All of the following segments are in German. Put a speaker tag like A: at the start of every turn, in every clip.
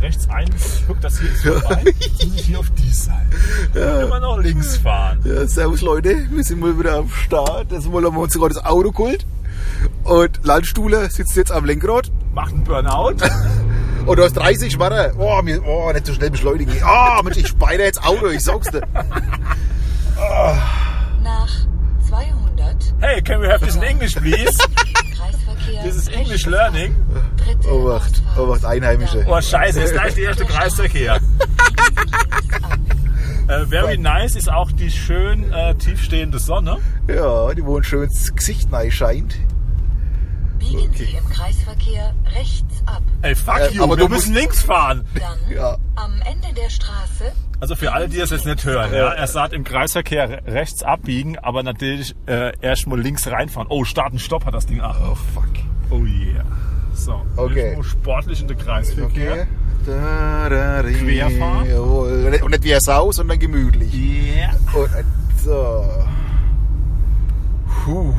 A: rechts ein und ich gucke, das hier ist vorbei. Muss ich hier auf die Seite. Ja. Immer noch links fahren.
B: Ja, servus Leute, wir sind mal wieder am Start. Das wollen wir uns gerade das Auto geholt. Und Landstuhler sitzt jetzt am Lenkrad.
A: Macht einen Burnout.
B: Und du hast 30 Schmarrer. Oh, mir, oh, nicht so schnell beschleunigen. Oh, Mensch, ich speide jetzt Auto, ich sag's dir.
C: Nach 200
A: Hey, can we have this in English, please?
C: Kreisverkehr.
A: This is
C: rechts
A: English Learning.
C: ab, dritte
B: Obacht,
C: Ausfahrt.
B: Obacht, Einheimische.
A: Oh, scheiße, jetzt gleich der erste Kreisverkehr. Äh, very nice ist auch die schön äh, tiefstehende Sonne.
B: Ja, die wohnen schön ins Gesicht rein scheint.
C: Biegen Sie im Kreisverkehr rechts ab.
A: Ey, fuck
B: Äh,
A: you,
B: aber
A: wir
B: du musst-
A: müssen links fahren.
C: Dann
B: Ja.
C: am Ende der Straße
A: Also für alle, die das jetzt nicht hören, ja, er sagt im Kreisverkehr re- rechts abbiegen, aber natürlich äh, erstmal links reinfahren. Oh, starten, Stopp hat das Ding auch.
B: Oh, fuck.
A: Oh yeah. So,
B: Okay.
A: irgendwo sportlich in den Kreisverkehr.
B: Okay. Da, da, ri,
A: Querfahren.
B: Jawohl. Und nicht- Und nicht wie eine Sau, sondern gemütlich.
A: Yeah.
B: Und äh, so. Puh.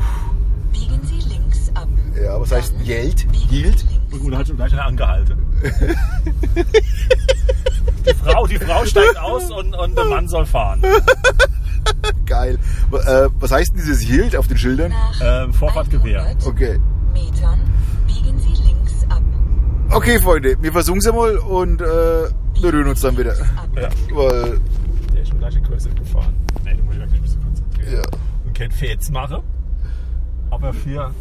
C: biegen Sie links ab.
B: Ja, was heißt
C: Dann
B: Geld?
C: biegen Sie
B: Geld?
C: links.
A: Und gut, hat schon gleich einer angehalten. die, Frau, die Frau steigt aus und, und der Mann soll fahren.
B: Geil. W- Äh, was heißt denn dieses Yield auf den Schildern?
C: Nach
A: Ähm, Vorfahrt gewähren.
C: 100
B: Okay.
C: Metern biegen Sie links ab.
B: Okay, Freunde, wir versuchen's einmal und äh, wir rühren uns dann wieder.
C: Ab.
A: Ja.
B: Weil,
A: Der ist schon gleich in Kürze gefahren. Nee, du musst dich wirklich ein bisschen konzentrieren.
B: ja.
A: Und kein Fetz machen. Aber für